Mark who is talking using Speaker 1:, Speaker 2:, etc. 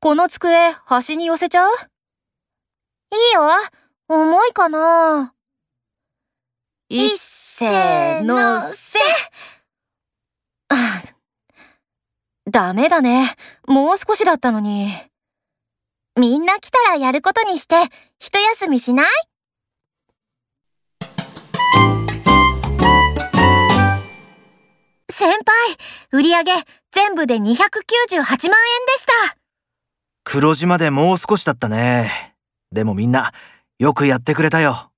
Speaker 1: この机、端に寄せちゃう
Speaker 2: いいよ。重いかな。
Speaker 1: いっせーのせあダメだね。もう少しだったのに。
Speaker 2: みんな来たらやることにして、一休みしない先輩、売り上げ全部で298万円でした。
Speaker 3: 黒字までもう少しだったね。でもみんな、よくやってくれたよ。